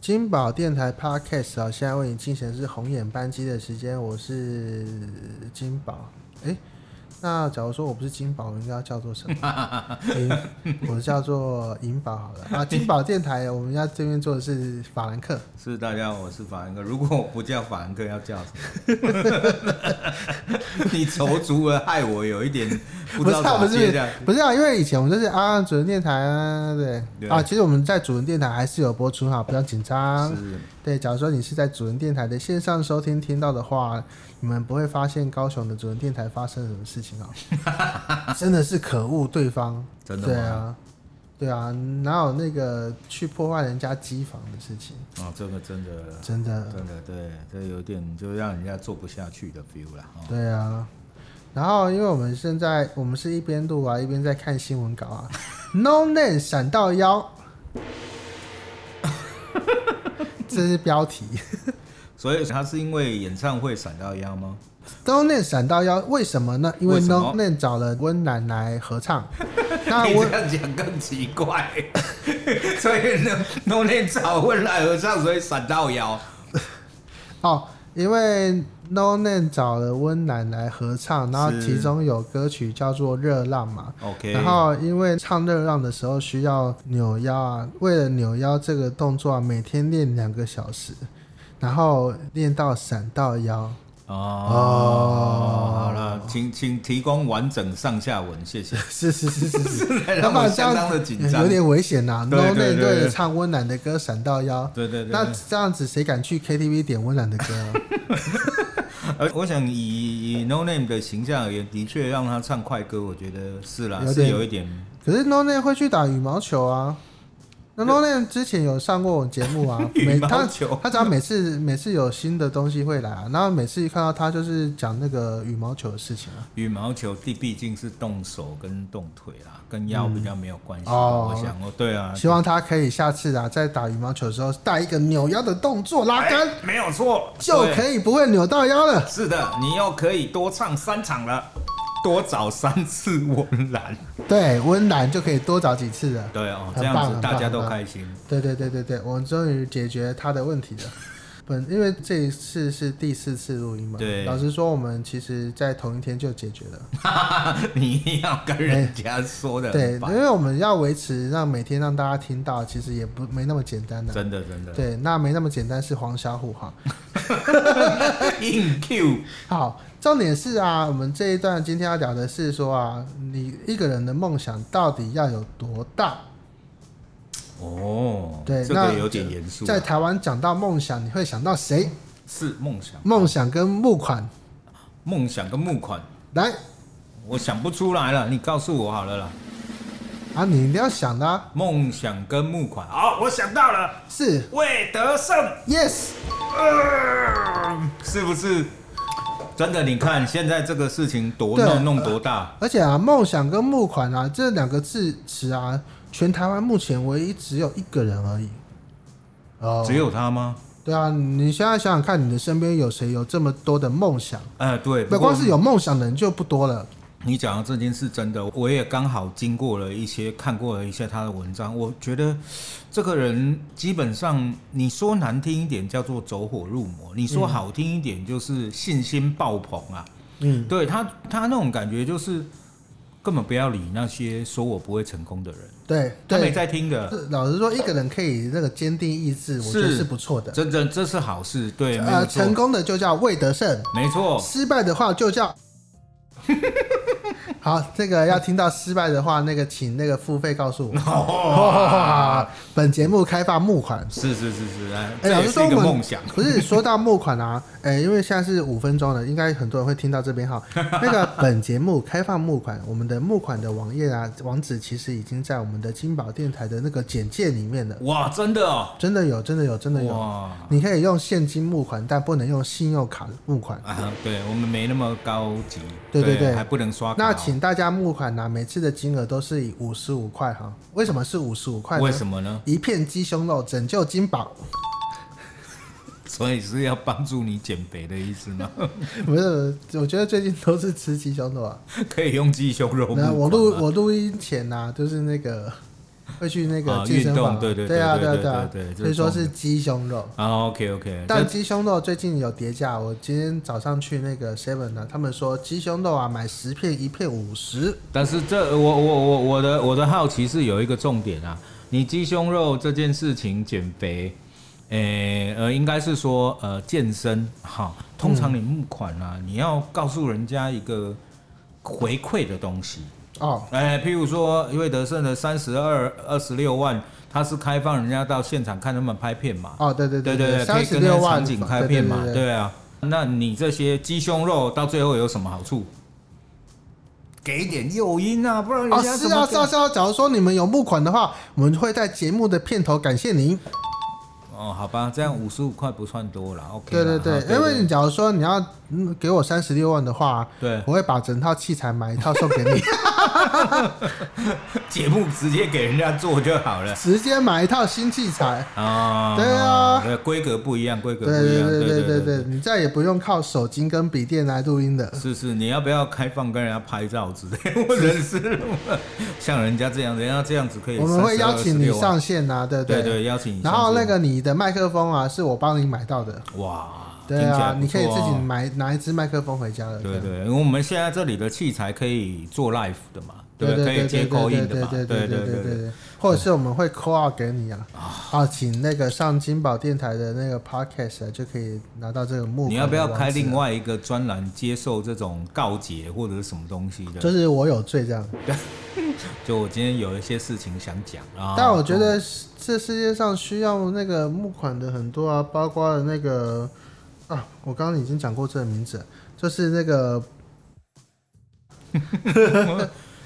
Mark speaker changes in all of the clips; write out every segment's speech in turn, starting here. Speaker 1: 金宝电台 Podcast 啊，现在为你进行的是红眼班机的时间，我是金宝。诶，那假如说我不是金宝，我应该要叫做什么？银， 我叫做银宝好了。啊，金宝电台，我们要这边做的是法兰克。
Speaker 2: 是大家好，我是法兰克。如果我不叫法兰克，要叫什么？ 你踌躇了，害我有一点不
Speaker 1: 不
Speaker 2: 知
Speaker 1: 是
Speaker 2: 道怎
Speaker 1: 啊，
Speaker 2: 么
Speaker 1: 不
Speaker 2: 接这
Speaker 1: 是
Speaker 2: 样。
Speaker 1: 不是啊，因为以前我们就是啊主人电台啊，对
Speaker 2: 对
Speaker 1: 啊，其实我们在主人电台还是有播出哈，不要紧张。
Speaker 2: 是
Speaker 1: 对，假如说你是在主人电台的线上收听听到的话，你们不会发现高雄的主人电台发生了什么事情哦， 真的是可恶对方，
Speaker 2: 真的
Speaker 1: 对
Speaker 2: 吗
Speaker 1: 啊，对啊，哪有那个去破坏人家机房的事情？
Speaker 2: 哦，这个真的，
Speaker 1: 真的，
Speaker 2: 真的对，这有点就让人家做不下去的 feel 了哦。
Speaker 1: 对啊。然后，因为我们现在我们是一边录啊，一边在看新闻稿 啊。no name 闪到腰，这是标题。
Speaker 2: 所以他是因为演唱会闪到腰吗？
Speaker 1: No Name 闪到腰，为什么呢？因为
Speaker 2: 为什
Speaker 1: No
Speaker 2: 么
Speaker 1: Name 找了温岚来合唱。 那
Speaker 2: 你
Speaker 1: 温
Speaker 2: 这样讲更奇怪。所以呢，弄天早问来和尚，所以闪到腰。
Speaker 1: 哦，因为 No Name 找了温岚来合唱，然后
Speaker 2: 是
Speaker 1: 其中有歌曲叫做《热浪》嘛。
Speaker 2: OK，
Speaker 1: 然后因为唱《热浪》的时候需要扭腰啊，为了扭腰这个动作啊，每天练两个小时，然后练到闪到腰。
Speaker 2: 哦，
Speaker 1: 哦
Speaker 2: 好了，请请提供完整上下文，谢谢。
Speaker 1: 是是是是是，
Speaker 2: 让
Speaker 1: 不
Speaker 2: 我
Speaker 1: 然这
Speaker 2: 哎相当
Speaker 1: 样
Speaker 2: 的紧张
Speaker 1: 有。点危险呐、
Speaker 2: 对
Speaker 1: No
Speaker 2: 对
Speaker 1: Name
Speaker 2: 对
Speaker 1: 对着
Speaker 2: 对
Speaker 1: 唱温岚的歌闪到腰。
Speaker 2: 对对对
Speaker 1: 那
Speaker 2: 对，
Speaker 1: 这样子谁敢去 KTV 点温岚的歌 啊？
Speaker 2: 而呃我想以以 No Name 的形象而言，的确让他唱快歌，我觉得是啦，
Speaker 1: 有点
Speaker 2: 是有一点。，
Speaker 1: 可是 No Name 会去打羽毛球啊。那 No Name 之前有上过我节目啊
Speaker 2: 羽
Speaker 1: 每
Speaker 2: 毛
Speaker 1: 他
Speaker 2: 球
Speaker 1: 他只要每次每次有新的东西会来啊，然后每次一看到他就是讲那个羽毛球的事情啊。
Speaker 2: 羽毛球地毕竟是动手跟动腿啦，跟腰比较没有关系吧。
Speaker 1: 嗯哦
Speaker 2: 我想哦，对啊，
Speaker 1: 希望他可以下次啊，在打羽毛球的时候带一个扭腰的动作拉杆，
Speaker 2: 哎没有错，
Speaker 1: 就
Speaker 2: 对
Speaker 1: 可以不会扭到腰了。
Speaker 2: 是的，你又可以多唱三场了，多找三次温岚。
Speaker 1: 对，温岚就可以多找几次了。
Speaker 2: 对哦，
Speaker 1: 很棒
Speaker 2: 这样
Speaker 1: 很棒
Speaker 2: 子大家都
Speaker 1: 很棒
Speaker 2: 开心。
Speaker 1: 对对对对对，我们终于解决他的问题了。 本因为这一次是第四次录音嘛，
Speaker 2: 对
Speaker 1: 老实说，我们其实在同一天就解决 了。
Speaker 2: 你要跟人家说的
Speaker 1: 哎对，
Speaker 2: 很棒
Speaker 1: 因为我们要维持让每天让大家听到，其实也不没那么简单的、
Speaker 2: 真的真的，
Speaker 1: 对，那没那么简单是黄小虎哈。
Speaker 2: 硬 Q
Speaker 1: 好，重点是啊，我们这一段今天要聊的是说啊，你一个人的梦想到底要有多大？
Speaker 2: 哦，
Speaker 1: 对
Speaker 2: 这
Speaker 1: 那
Speaker 2: 个有点严肃啊，
Speaker 1: 在台湾讲到梦想，你会想到谁？
Speaker 2: 是梦想，
Speaker 1: 梦想跟募款，
Speaker 2: 梦想跟募款，
Speaker 1: 来
Speaker 2: 我想不出来了，你告诉我好了啦。
Speaker 1: 啊，你一定要想的啊、
Speaker 2: 梦想跟募款，好，我想到了，
Speaker 1: 是
Speaker 2: 魏德胜。
Speaker 1: yes。
Speaker 2: 呃是不是？真的，你看现在这个事情多
Speaker 1: 对
Speaker 2: 弄弄多大，
Speaker 1: 而且啊，梦想跟募款啊这两个字词啊，全台湾目前唯一只有一个人而已。哦
Speaker 2: 只有他吗？
Speaker 1: 对啊，你现在想想看，你的身边有谁有这么多的梦想？
Speaker 2: 哎、对，
Speaker 1: 不
Speaker 2: 不过
Speaker 1: 光是有梦想的人就不多了。
Speaker 2: 你讲的这件事真的，我也刚好经过了一些看过了一些他的文章，我觉得这个人基本上你说难听一点叫做走火入魔，你说好听一点就是信心爆棚啊。
Speaker 1: 嗯，
Speaker 2: 对他，他那种感觉就是根本不要理那些说我不会成功的人，
Speaker 1: 对
Speaker 2: 他没
Speaker 1: 对。
Speaker 2: 在听的。
Speaker 1: 是老实说，一个人可以那个坚定意志，我觉得
Speaker 2: 是
Speaker 1: 是不错的。
Speaker 2: 这这这是好事，对，没有
Speaker 1: 呃，
Speaker 2: 错
Speaker 1: 成，功的就叫魏德胜，
Speaker 2: 没错，
Speaker 1: 失败的话就 叫。好，这个要听到失败的话，那个请那个付费告诉我。本节目开放募款，
Speaker 2: 是是是是，哎，
Speaker 1: 哎
Speaker 2: 这
Speaker 1: 老
Speaker 2: 也
Speaker 1: 实
Speaker 2: 是
Speaker 1: 说
Speaker 2: 一个
Speaker 1: 我们
Speaker 2: 梦想，
Speaker 1: 不是说到募款啊， 哎、因为现在是五分钟了，应该很多人会听到这边 哈。那个本节目开放募款，我们的募款的网页啊，网址其实已经在我们的金宝电台的那个简介里面了，
Speaker 2: 哇，真的哦，
Speaker 1: 真的有，真的有，真的有。
Speaker 2: 哇，
Speaker 1: 你可以用现金募款，但不能用信用卡募款。
Speaker 2: 啊，对我们没那么高级，
Speaker 1: 对对对
Speaker 2: 还不能刷卡哦，
Speaker 1: 那请大家募款啊，每次的金额都是以五十五块哈。为什么是五十五块呢？
Speaker 2: 为什么呢？
Speaker 1: 一片鸡胸肉拯救金宝，
Speaker 2: 所以是要帮助你减肥的意思吗？
Speaker 1: 不是？我觉得最近都是吃鸡胸肉啊。
Speaker 2: 可以用鸡胸肉
Speaker 1: 那
Speaker 2: 木
Speaker 1: 我
Speaker 2: 瓜
Speaker 1: 录啊
Speaker 2: 吗
Speaker 1: 我录音前呐、就是那个会去那个
Speaker 2: 啊
Speaker 1: 健身
Speaker 2: 运
Speaker 1: 房，
Speaker 2: 动对对
Speaker 1: 对啊
Speaker 2: 对对
Speaker 1: 对啊
Speaker 2: 对对对这
Speaker 1: 所以说
Speaker 2: 是
Speaker 1: 是鸡胸肉。
Speaker 2: 啊，OK OK，
Speaker 1: 但鸡胸肉最近有跌价，我今天早上去那个 Seven 呢，他们说鸡胸肉啊，买十片一片五十，
Speaker 2: 但是这我我我我的我的好奇是有一个重点啊，你鸡胸肉这件事情减肥，诶呃，应该是说呃健身哈，通
Speaker 1: 嗯
Speaker 2: 常你募款啊，你要告诉人家一个回馈的东西，
Speaker 1: 哦，
Speaker 2: 哎，譬如说魏德胜的三十二二十六万，他是开放人家到现场看他们拍片嘛，
Speaker 1: 哦，对对
Speaker 2: 对
Speaker 1: 对，
Speaker 2: 可
Speaker 1: 三
Speaker 2: 以
Speaker 1: 十
Speaker 2: 跟那
Speaker 1: 六
Speaker 2: 个
Speaker 1: 万
Speaker 2: 场景开片嘛，
Speaker 1: 对对对
Speaker 2: 对啊。那你这些鸡胸肉到最后有什么好处？给一点诱因啊，不然
Speaker 1: 哦，
Speaker 2: 人家怎
Speaker 1: 是
Speaker 2: 么
Speaker 1: 啊，
Speaker 2: 给
Speaker 1: 是啊，是啊。假如说你们有募款的话，我们会在节目的片头感谢您。
Speaker 2: 哦，好吧，这样五十五块不算多了，OK
Speaker 1: 对
Speaker 2: 啦。
Speaker 1: 对对
Speaker 2: 哈，
Speaker 1: 因为你假如说你要嗯给我三十六万的话，
Speaker 2: 对
Speaker 1: 我会把整套器材买一套送给 你，
Speaker 2: 节目直接给人家做就好了
Speaker 1: 直接买一套新器材。
Speaker 2: 啊。
Speaker 1: 对啊
Speaker 2: 对，规格不一样，规格
Speaker 1: 对
Speaker 2: 不一
Speaker 1: 对
Speaker 2: 样，
Speaker 1: 对
Speaker 2: 对
Speaker 1: 对对
Speaker 2: 对。
Speaker 1: 对，你再也不用靠手机跟笔电来录音的。
Speaker 2: 是是，你要不要开放跟人家拍照之类， 或者是像人家这样，人家这样子可以32。
Speaker 1: 我们会邀请你
Speaker 2: 26啊，
Speaker 1: 上线呐、啊，对不
Speaker 2: 对
Speaker 1: 对
Speaker 2: 对，邀请你上
Speaker 1: 然
Speaker 2: 去。
Speaker 1: 后那个你的麦克风啊，是我帮你买到的。
Speaker 2: 哇，
Speaker 1: 对
Speaker 2: 听起来
Speaker 1: 啊，
Speaker 2: 不
Speaker 1: 你可以
Speaker 2: 错
Speaker 1: 自己
Speaker 2: 哦
Speaker 1: 买拿一支麦克风回家了。
Speaker 2: 对对，因为我们现在这里的器材可以做 live 的嘛，
Speaker 1: 对
Speaker 2: 不
Speaker 1: 对
Speaker 2: 可以接口音的嘛，
Speaker 1: 对
Speaker 2: 对
Speaker 1: 对
Speaker 2: 对
Speaker 1: 对。对，或者是我们会 call out 给你啊，啊，请那个上金宝电台的那个 podcast 啊就可以拿到这个募款的网址啊。
Speaker 2: 你要不要开另外一个专栏，接受这种告解或者是什么东西的？
Speaker 1: 就是我有罪这样，
Speaker 2: 就我今天有一些事情想讲啊，
Speaker 1: 但我觉得这世界上需要那个募款的很多啊，包括那个啊，我刚刚已经讲过这个名字了，就是那个，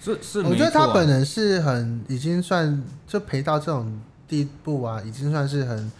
Speaker 2: 是是
Speaker 1: 我
Speaker 2: 没
Speaker 1: 觉
Speaker 2: 错
Speaker 1: 得
Speaker 2: 啊，
Speaker 1: 他本人是很已经算就赔到这种地步啊，已经算是很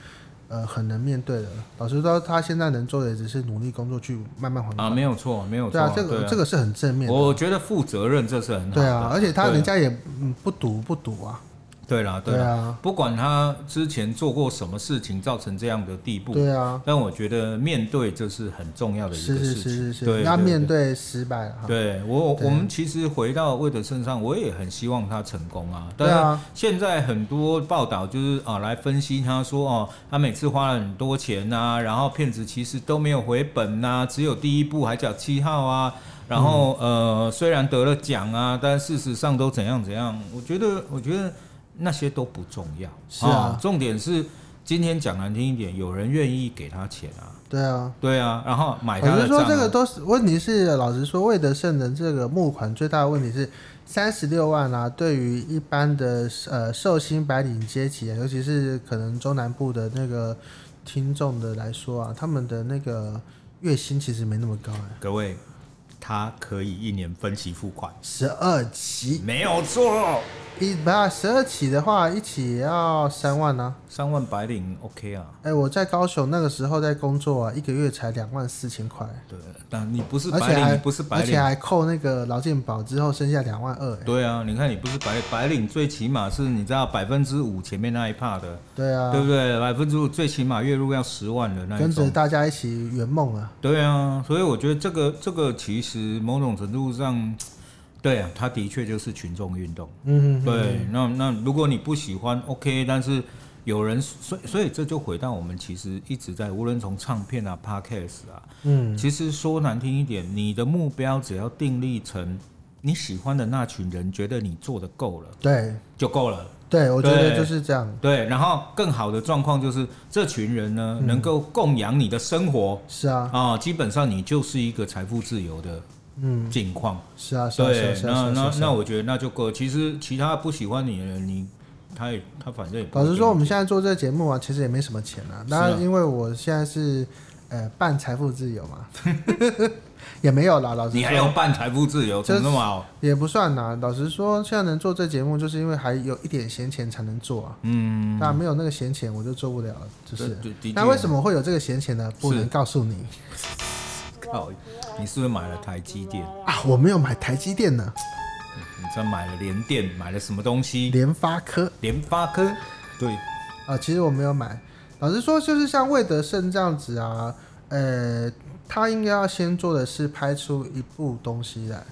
Speaker 1: 呃很能面对了。老实说，他现在能做的也只是努力工作去慢慢还款
Speaker 2: 啊没有错，没有错，
Speaker 1: 对啊，这个这个是很正面的。
Speaker 2: 我觉得负责任这是很好的，
Speaker 1: 对啊，而且他
Speaker 2: 对
Speaker 1: 人家也嗯不赌不赌啊。
Speaker 2: 对啦对
Speaker 1: 对
Speaker 2: 啦，
Speaker 1: 啊，
Speaker 2: 不管他之前做过什么事情造成这样的地步，
Speaker 1: 对啊，
Speaker 2: 但我觉得面对这是很重要的一
Speaker 1: 是
Speaker 2: 个
Speaker 1: 是
Speaker 2: 事
Speaker 1: 是
Speaker 2: 情，
Speaker 1: 是是，
Speaker 2: 对，
Speaker 1: 要
Speaker 2: 对
Speaker 1: 面对失败啊。
Speaker 2: 对我，
Speaker 1: 对
Speaker 2: 我们其实回到魏德身上，我也很希望他成功啊。
Speaker 1: 对
Speaker 2: 但是
Speaker 1: 啊，
Speaker 2: 现在很多报道就是啊，来分析他说哦，他每次花了很多钱呐、然后骗子其实都没有回本呐、只有第一部海角七号啊。然后、
Speaker 1: 嗯
Speaker 2: 呃，虽然得了奖啊，但事实上都怎样怎样。我觉得，我觉得那些都不重要。
Speaker 1: 是啊
Speaker 2: 哦重点是今天讲难听一点，有人愿意给他钱啊。
Speaker 1: 对啊。
Speaker 2: 对啊，然后买
Speaker 1: 我
Speaker 2: 他
Speaker 1: 是
Speaker 2: 的账、
Speaker 1: 说，
Speaker 2: 啊。
Speaker 1: 这个都是问题是，老实说，魏德圣的这个募款最大的问题是三十六万啊，对于一般的呃寿星白领阶级啊，尤其是可能中南部的那个听众的来说啊，他们的那个月薪其实没那么高哎、
Speaker 2: 各位，他可以一年分期付款，
Speaker 1: 十二期
Speaker 2: 没有错。
Speaker 1: 一百十二起的话，一起也要三万呢、
Speaker 2: 三万白领 OK 啊，
Speaker 1: 哎、我在高雄那个时候在工作啊，一个月才两万四千块，啊
Speaker 2: 对，但你不是
Speaker 1: 而
Speaker 2: 白
Speaker 1: 且
Speaker 2: 领，
Speaker 1: 还
Speaker 2: 你不是白
Speaker 1: 而且
Speaker 2: 领，
Speaker 1: 还扣那个劳健保之后剩下两万二、哎，
Speaker 2: 对啊，你看你不是白白领，最起码是你知道百分之五前面那一 part 的，
Speaker 1: 对啊，
Speaker 2: 对不对？百分之五最起码月入要十万的那一
Speaker 1: 跟着
Speaker 2: 种。
Speaker 1: 大家一起圆梦啊。
Speaker 2: 对啊，所以我觉得这个这个其实某种程度上，对啊，它的确就是群众运动。
Speaker 1: 嗯哼哼，
Speaker 2: 对，那那如果你不喜欢，OK，但是有人，所以所以这就回到我们其实一直在，无论从唱片啊、podcast 啊，
Speaker 1: 嗯，
Speaker 2: 其实说难听一点，你的目标只要定立成你喜欢的那群人觉得你做的够了
Speaker 1: 对
Speaker 2: 就够了，
Speaker 1: 对，我觉得
Speaker 2: 对
Speaker 1: 就是这样。
Speaker 2: 对，然后更好的状况就是这群人呢、能够供养你的生活
Speaker 1: 是啊，
Speaker 2: 啊、基本上你就是一个财富自由的
Speaker 1: 嗯，
Speaker 2: 境况。
Speaker 1: 是啊，是啊，是啊，
Speaker 2: 对，
Speaker 1: 是
Speaker 2: 那
Speaker 1: 啊，是
Speaker 2: 那
Speaker 1: 啊。是
Speaker 2: 那
Speaker 1: 啊
Speaker 2: 我觉得那就够了。其实其他不喜欢你的人，你他也他反正也不会
Speaker 1: 老实
Speaker 2: 给你
Speaker 1: 说，我们现在做这个节目啊，其实也没什么钱啊。那
Speaker 2: 是啊
Speaker 1: 因为我现在是呃半财富自由嘛， 也没有啦，老实
Speaker 2: 你还
Speaker 1: 说
Speaker 2: 要办财富自由，
Speaker 1: 就
Speaker 2: 怎
Speaker 1: 是
Speaker 2: 么那么好？
Speaker 1: 也不算啦。老实说，现在能做这节目，就是因为还有一点闲钱才能做啊。
Speaker 2: 嗯，
Speaker 1: 那没有那个闲钱，我就做不了了，就是。
Speaker 2: 这的
Speaker 1: 那
Speaker 2: 确
Speaker 1: 为什么会有这个闲钱呢？不
Speaker 2: 是
Speaker 1: 能告诉你
Speaker 2: 靠？你是不是买了台积电？
Speaker 1: 啊，我没有买台积电呢，
Speaker 2: 你这买了联电，买了什么东西？
Speaker 1: 联发科。
Speaker 2: 联发科，对，
Speaker 1: 啊，其实我没有买。老实说，就是像魏德胜这样子啊，呃，他应该要先做的是拍出一部东西来，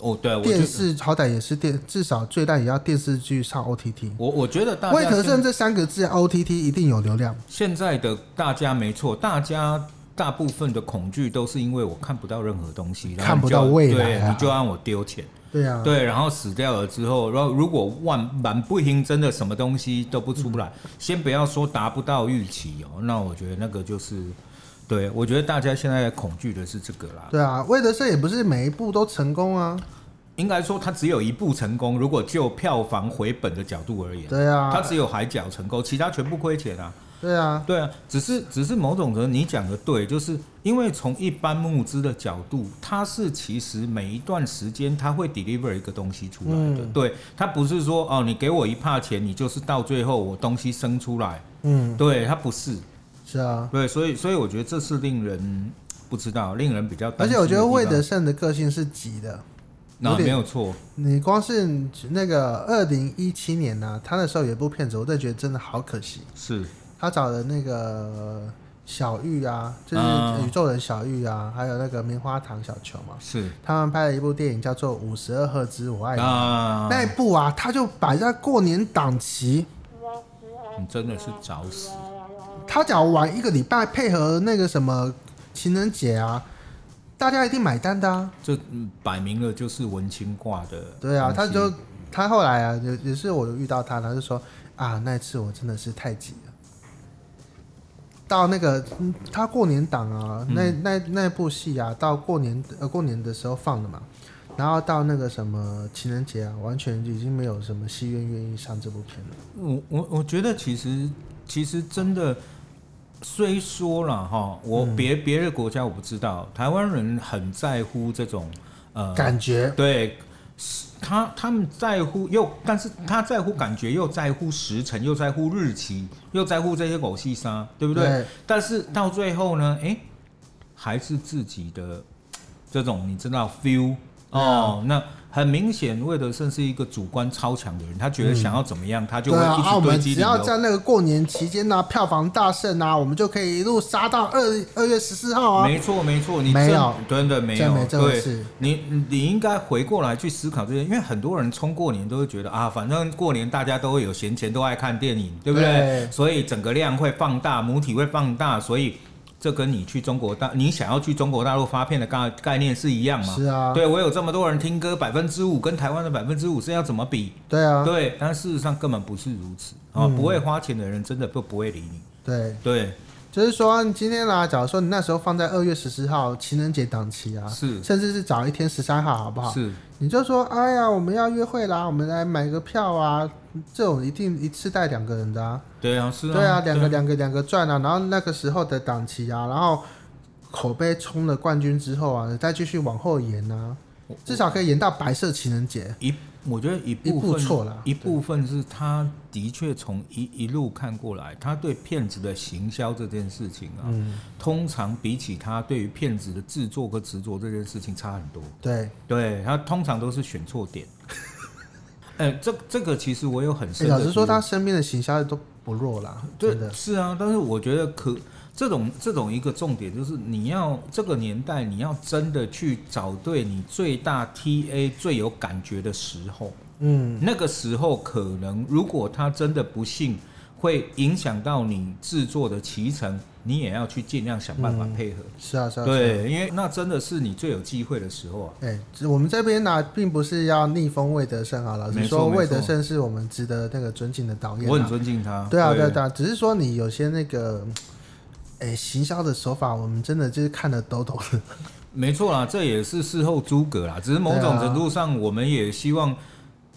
Speaker 2: 哦，对，我就
Speaker 1: 电视好歹也是电，至少最烂也要电视剧上 OTT。
Speaker 2: 我我觉得大
Speaker 1: 魏
Speaker 2: 家
Speaker 1: 德
Speaker 2: 现
Speaker 1: 胜这三个字 OTT 一定有流量，
Speaker 2: 现在的大家没错，大家大部分的恐惧都是因为我看不到任何东西，然后
Speaker 1: 看不到
Speaker 2: 你就
Speaker 1: 未来啊
Speaker 2: 对，你就让我丢钱，
Speaker 1: 对啊，
Speaker 2: 对，然后死掉了之后，然后如果万万不行，真的什么东西都不出来，先不要说达不到预期哦，那我觉得那个就是，对我觉得大家现在恐惧的是这个啦。
Speaker 1: 对啊，魏德胜也不是每一部都成功啊，
Speaker 2: 应该说，它只有一部成功。如果就票房回本的角度而言，
Speaker 1: 对
Speaker 2: 它
Speaker 1: 啊，
Speaker 2: 只有海角成功，其他全部亏钱啊。
Speaker 1: 对啊，
Speaker 2: 对啊，只是只是某种程度你讲的对，就是因为从一般募资的角度，它是其实每一段时间它会 deliver 一个东西出来的，
Speaker 1: 嗯
Speaker 2: 对，它不是说哦你给我一帕钱，你就是到最后我东西生出来，
Speaker 1: 嗯，
Speaker 2: 对，它不是，
Speaker 1: 是啊，
Speaker 2: 对，所以所以我觉得这是令人不知道，令人比较
Speaker 1: 而
Speaker 2: 担心
Speaker 1: 且我觉得
Speaker 2: 的地
Speaker 1: 魏
Speaker 2: 方
Speaker 1: 德胜的个性是急的，
Speaker 2: 那
Speaker 1: 有点
Speaker 2: 没有错，
Speaker 1: 你光是那个二零一七年呢、他那时候有一部片子，我真的觉得真的好可惜。
Speaker 2: 是
Speaker 1: 他找的那个小玉啊，就是
Speaker 2: 嗯
Speaker 1: 宇宙人小玉啊，还有那个棉花糖小球嘛，
Speaker 2: 是
Speaker 1: 他们拍了一部电影叫做《五十二赫兹我爱你》。
Speaker 2: 啊，
Speaker 1: 那一部啊，他就摆在过年档期，
Speaker 2: 你真的是找死，
Speaker 1: 他只要玩一个礼拜，配合那个什么情人节啊，大家一定买单的啊。
Speaker 2: 这嗯摆明了就是文青挂的东西，
Speaker 1: 对啊，他就他后来啊，也也是我有遇到他，他就说啊，那一次我真的是太急了。到那个、嗯他过年档啊，
Speaker 2: 嗯
Speaker 1: 那那那部戏啊，到过年呃过年的时候放的嘛，然后到那个什么情人节啊，完全已经没有什么戏院愿意上这部片了。
Speaker 2: 我我我觉得其实其实真的，虽说了哈，我别别的国家我不知道，台湾人很在乎这种呃，
Speaker 1: 感觉
Speaker 2: 对，是他他们在乎又，但是他在乎感觉，又在乎时辰，又在乎日期，又在乎这些狗戏沙，对不对？
Speaker 1: 对
Speaker 2: 但是到最后呢，哎、还是自己的这种你知道 feel
Speaker 1: 嗯
Speaker 2: 哦，那很明显，魏德胜是一个主观超强的人，他觉得想要怎么样，他
Speaker 1: 嗯
Speaker 2: 就
Speaker 1: 对
Speaker 2: 会
Speaker 1: 啊，
Speaker 2: 一
Speaker 1: 啊，我
Speaker 2: 直堆
Speaker 1: 们
Speaker 2: 积
Speaker 1: 只
Speaker 2: 理由。
Speaker 1: 要在那个过年期间呢、票房大盛啊，我们就可以一路杀到二二月十四号啊。
Speaker 2: 没错，没错，你
Speaker 1: 没
Speaker 2: 真
Speaker 1: 有
Speaker 2: 真的没
Speaker 1: 真
Speaker 2: 有
Speaker 1: 没，这回
Speaker 2: 对
Speaker 1: 事，
Speaker 2: 你你应该回过来去思考这些，因为很多人冲过年都会觉得啊，反正过年大家都会有闲钱，都爱看电影，对不对？
Speaker 1: 对
Speaker 2: 所以整个量会放大，母体会放大，所以这跟你去中国大，你想要去中国大陆发片的概概念是一样嘛？
Speaker 1: 是啊，
Speaker 2: 对我有这么多人听歌，百分之五跟台湾的百分之五是要怎么比？
Speaker 1: 对啊，嗯
Speaker 2: 对，但事实上根本不是如此啊！不会花钱的人真的不不会理你。
Speaker 1: 对，
Speaker 2: 对，
Speaker 1: 就是说你今天啦、假如说你那时候放在二月十四号情人节档期啊，
Speaker 2: 是
Speaker 1: 甚至是早一天十三号，好不好？
Speaker 2: 是，
Speaker 1: 你就说，哎呀，我们要约会啦，我们来买个票啊，这种一定一次带两个人的啊，
Speaker 2: 对啊，是啊，
Speaker 1: 对啊，两个
Speaker 2: 对
Speaker 1: 两个两个赚啊，然后那个时候的档期啊，然后口碑冲了冠军之后啊，你再继续往后延啊，至少可以延到白色情人节，
Speaker 2: 一，我觉得一
Speaker 1: 一
Speaker 2: 部
Speaker 1: 步
Speaker 2: 分
Speaker 1: 错啦，
Speaker 2: 一部分是他的确从一一路看过来，他对骗子的行销这件事情啊，
Speaker 1: 嗯
Speaker 2: 通常比起他对于骗子的制作和执着这件事情差很多。
Speaker 1: 对，
Speaker 2: 对他通常都是选错点。 哎，这这个其实我有很
Speaker 1: 哎
Speaker 2: 深的
Speaker 1: 老
Speaker 2: 体会。
Speaker 1: 实说，他身边的行销都不弱啦，
Speaker 2: 对
Speaker 1: 真的，
Speaker 2: 是啊，但是我觉得可这种这种一个重点就是你要这个年代你要真的去找对你最大 TA 最有感觉的时候。
Speaker 1: 嗯，
Speaker 2: 那个时候可能，如果他真的不幸会影响到你制作的脐程，你也要去尽量想办法配合。
Speaker 1: 是啊，是啊，是啊。
Speaker 2: 对，因为那真的是你最有机会的时候啊。
Speaker 1: 哎、这我们这边呢、并不是要逆风魏德胜啊。老实
Speaker 2: 没错
Speaker 1: 说，
Speaker 2: 没错
Speaker 1: 魏德胜是我们值得那个尊敬的导演、啊。
Speaker 2: 我很尊敬他。
Speaker 1: 对啊，对啊，对啊，只是说你有些那个，哎、行销的手法，我们真的就是看得抖抖的。
Speaker 2: 没错啦，这也是事后诸葛啦。只是某
Speaker 1: 对
Speaker 2: 种
Speaker 1: 啊
Speaker 2: 程度上，我们也希望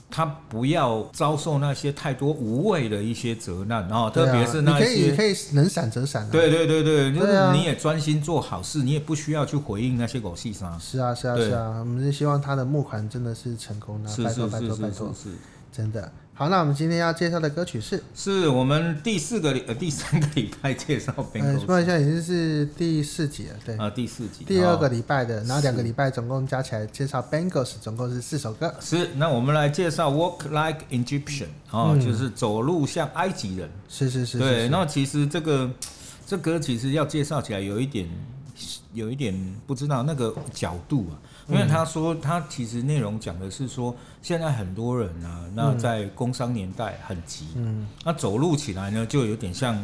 Speaker 2: 他不要遭受那些太多无谓的一些责难啊，特别是
Speaker 1: 对啊
Speaker 2: 那
Speaker 1: 你可以，
Speaker 2: 些
Speaker 1: 你。可以能闪则闪啊。，
Speaker 2: 对对对对，就
Speaker 1: 对
Speaker 2: 是
Speaker 1: 啊
Speaker 2: 你也专心做好事，你也不需要去回应那些狗屁啥。
Speaker 1: 是啊，是啊，
Speaker 2: 对
Speaker 1: 是啊，我们是希望他的募款真的是成功的、啊，
Speaker 2: 是
Speaker 1: 拜
Speaker 2: 是
Speaker 1: 托，拜
Speaker 2: 是
Speaker 1: 托，
Speaker 2: 是
Speaker 1: 拜
Speaker 2: 是
Speaker 1: 托，
Speaker 2: 是。
Speaker 1: 真的。好，那我们今天要介绍的歌曲是，
Speaker 2: 是我们第四个礼呃第三个礼拜介绍
Speaker 1: 呃，
Speaker 2: bingo
Speaker 1: 说一下，已经是第四集了，对，
Speaker 2: 啊、第四集
Speaker 1: 第二个
Speaker 2: 哦
Speaker 1: 礼拜的，然后两个礼拜总共加起来介绍 Bangles，总共是四首歌。
Speaker 2: 是那我们来介绍 walk like Egyptian 哦，就是走路像埃及人。
Speaker 1: 嗯是是是，
Speaker 2: 对，
Speaker 1: 是是
Speaker 2: 那其实这个这歌其实要介绍起来有一点有一点不知道那个角度啊，
Speaker 1: 嗯
Speaker 2: 因为他说他其实内容讲的是说，现在很多人啊，那在工商年代很急，
Speaker 1: 嗯，
Speaker 2: 那走路起来呢就有点像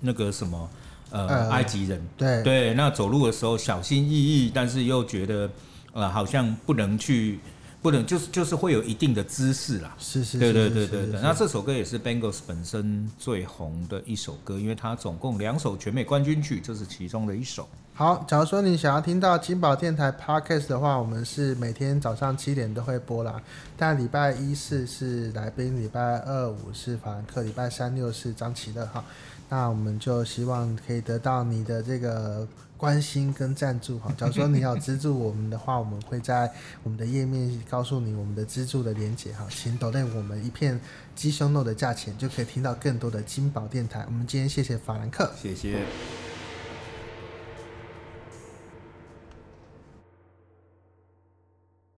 Speaker 2: 那个什么呃
Speaker 1: 呃
Speaker 2: 埃及人，
Speaker 1: 对，
Speaker 2: 对，那走路的时候小心翼翼，但是又觉得呃好像不能去，不能就是就是会有一定的姿势啦。
Speaker 1: 是是，
Speaker 2: 对
Speaker 1: 是
Speaker 2: 对
Speaker 1: 是
Speaker 2: 对
Speaker 1: 是
Speaker 2: 对
Speaker 1: 是
Speaker 2: 对，
Speaker 1: 是
Speaker 2: 那这首歌也是 Bangles 本身最红的一首歌，因为它总共两首全美冠军曲，这是其中的一首。
Speaker 1: 好，假如说你想要听到金宝电台 podcast 的话，我们是每天早上七点都会播啦。但礼拜一四是来宾，礼拜二五是法兰克，礼拜三六是张琪乐哈。那我们就希望可以得到你的这个关心跟赞助哈。假如说你要资助我们的话，我们会在我们的页面告诉你我们的资助的连接哈，请抖内我们一片鸡胸肉的价钱，就可以听到更多的金宝电台。我们今天谢谢法兰克。
Speaker 2: 谢谢。